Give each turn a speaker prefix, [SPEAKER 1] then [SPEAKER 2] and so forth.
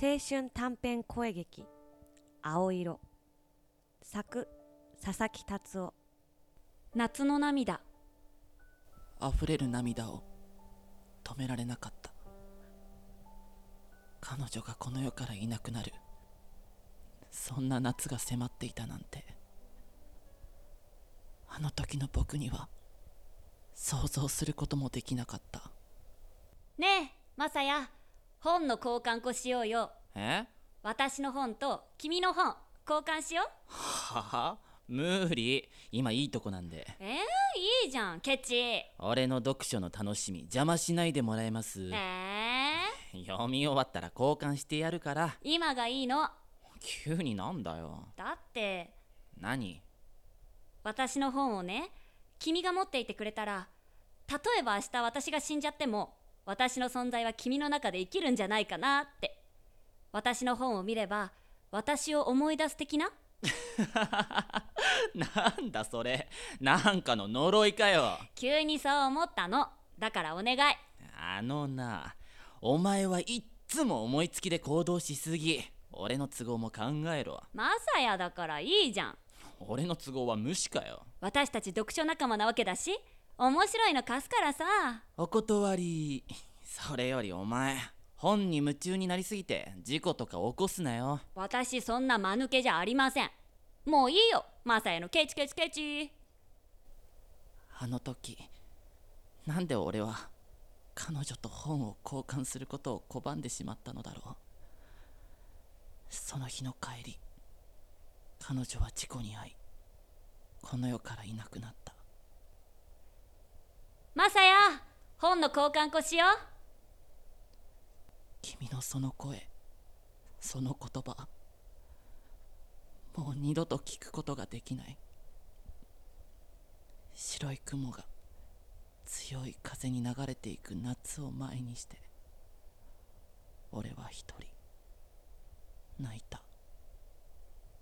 [SPEAKER 1] 青春短編声劇「青色」作佐々木達夫
[SPEAKER 2] 夏の涙
[SPEAKER 3] 溢れる涙を止められなかった彼女がこの世からいなくなるそんな夏が迫っていたなんてあの時の僕には想像することもできなかった
[SPEAKER 2] ねえマサヤ本の交換こしようよ
[SPEAKER 4] え
[SPEAKER 2] 私の本と君の本交換しよう
[SPEAKER 4] はあ無理今いいとこなんで
[SPEAKER 2] えー、いいじゃんケチえ
[SPEAKER 4] 俺の読書の楽しみ邪魔しないでもらえます
[SPEAKER 2] ー、
[SPEAKER 4] 読み終わったら交換してやるから
[SPEAKER 2] 今がいいの
[SPEAKER 4] 急になんだよ
[SPEAKER 2] だって
[SPEAKER 4] 何
[SPEAKER 2] 私の本をね君が持っていてくれたら例えば明日私が死んじゃっても私の存在は君の中で生きるんじゃないかなって私の本を見れば私を思い出す的な
[SPEAKER 4] なんだそれなんかの呪いかよ
[SPEAKER 2] 急にそう思ったのだからお願い
[SPEAKER 4] あのなお前はいっつも思いつきで行動しすぎ俺の都合も考えろ
[SPEAKER 2] マサヤだからいいじゃん
[SPEAKER 4] 俺の都合は無視かよ
[SPEAKER 2] 私たち読書仲間なわけだし面白いの貸すからさ
[SPEAKER 4] お断りそれよりお前本に夢中になりすぎて事故とか起こすなよ
[SPEAKER 2] 私そんな間抜けじゃありませんもういいよマサヤのケチケチケチ
[SPEAKER 4] あの時なんで俺は彼女と本を交換することを拒んでしまったのだろうその日の帰り彼女は事故に遭いこの世からいなくなった
[SPEAKER 2] マサヤ本の交換こしよう
[SPEAKER 4] 君のその声その言葉もう二度と聞くことができない白い雲が強い風に流れていく夏を前にして俺は一人泣いた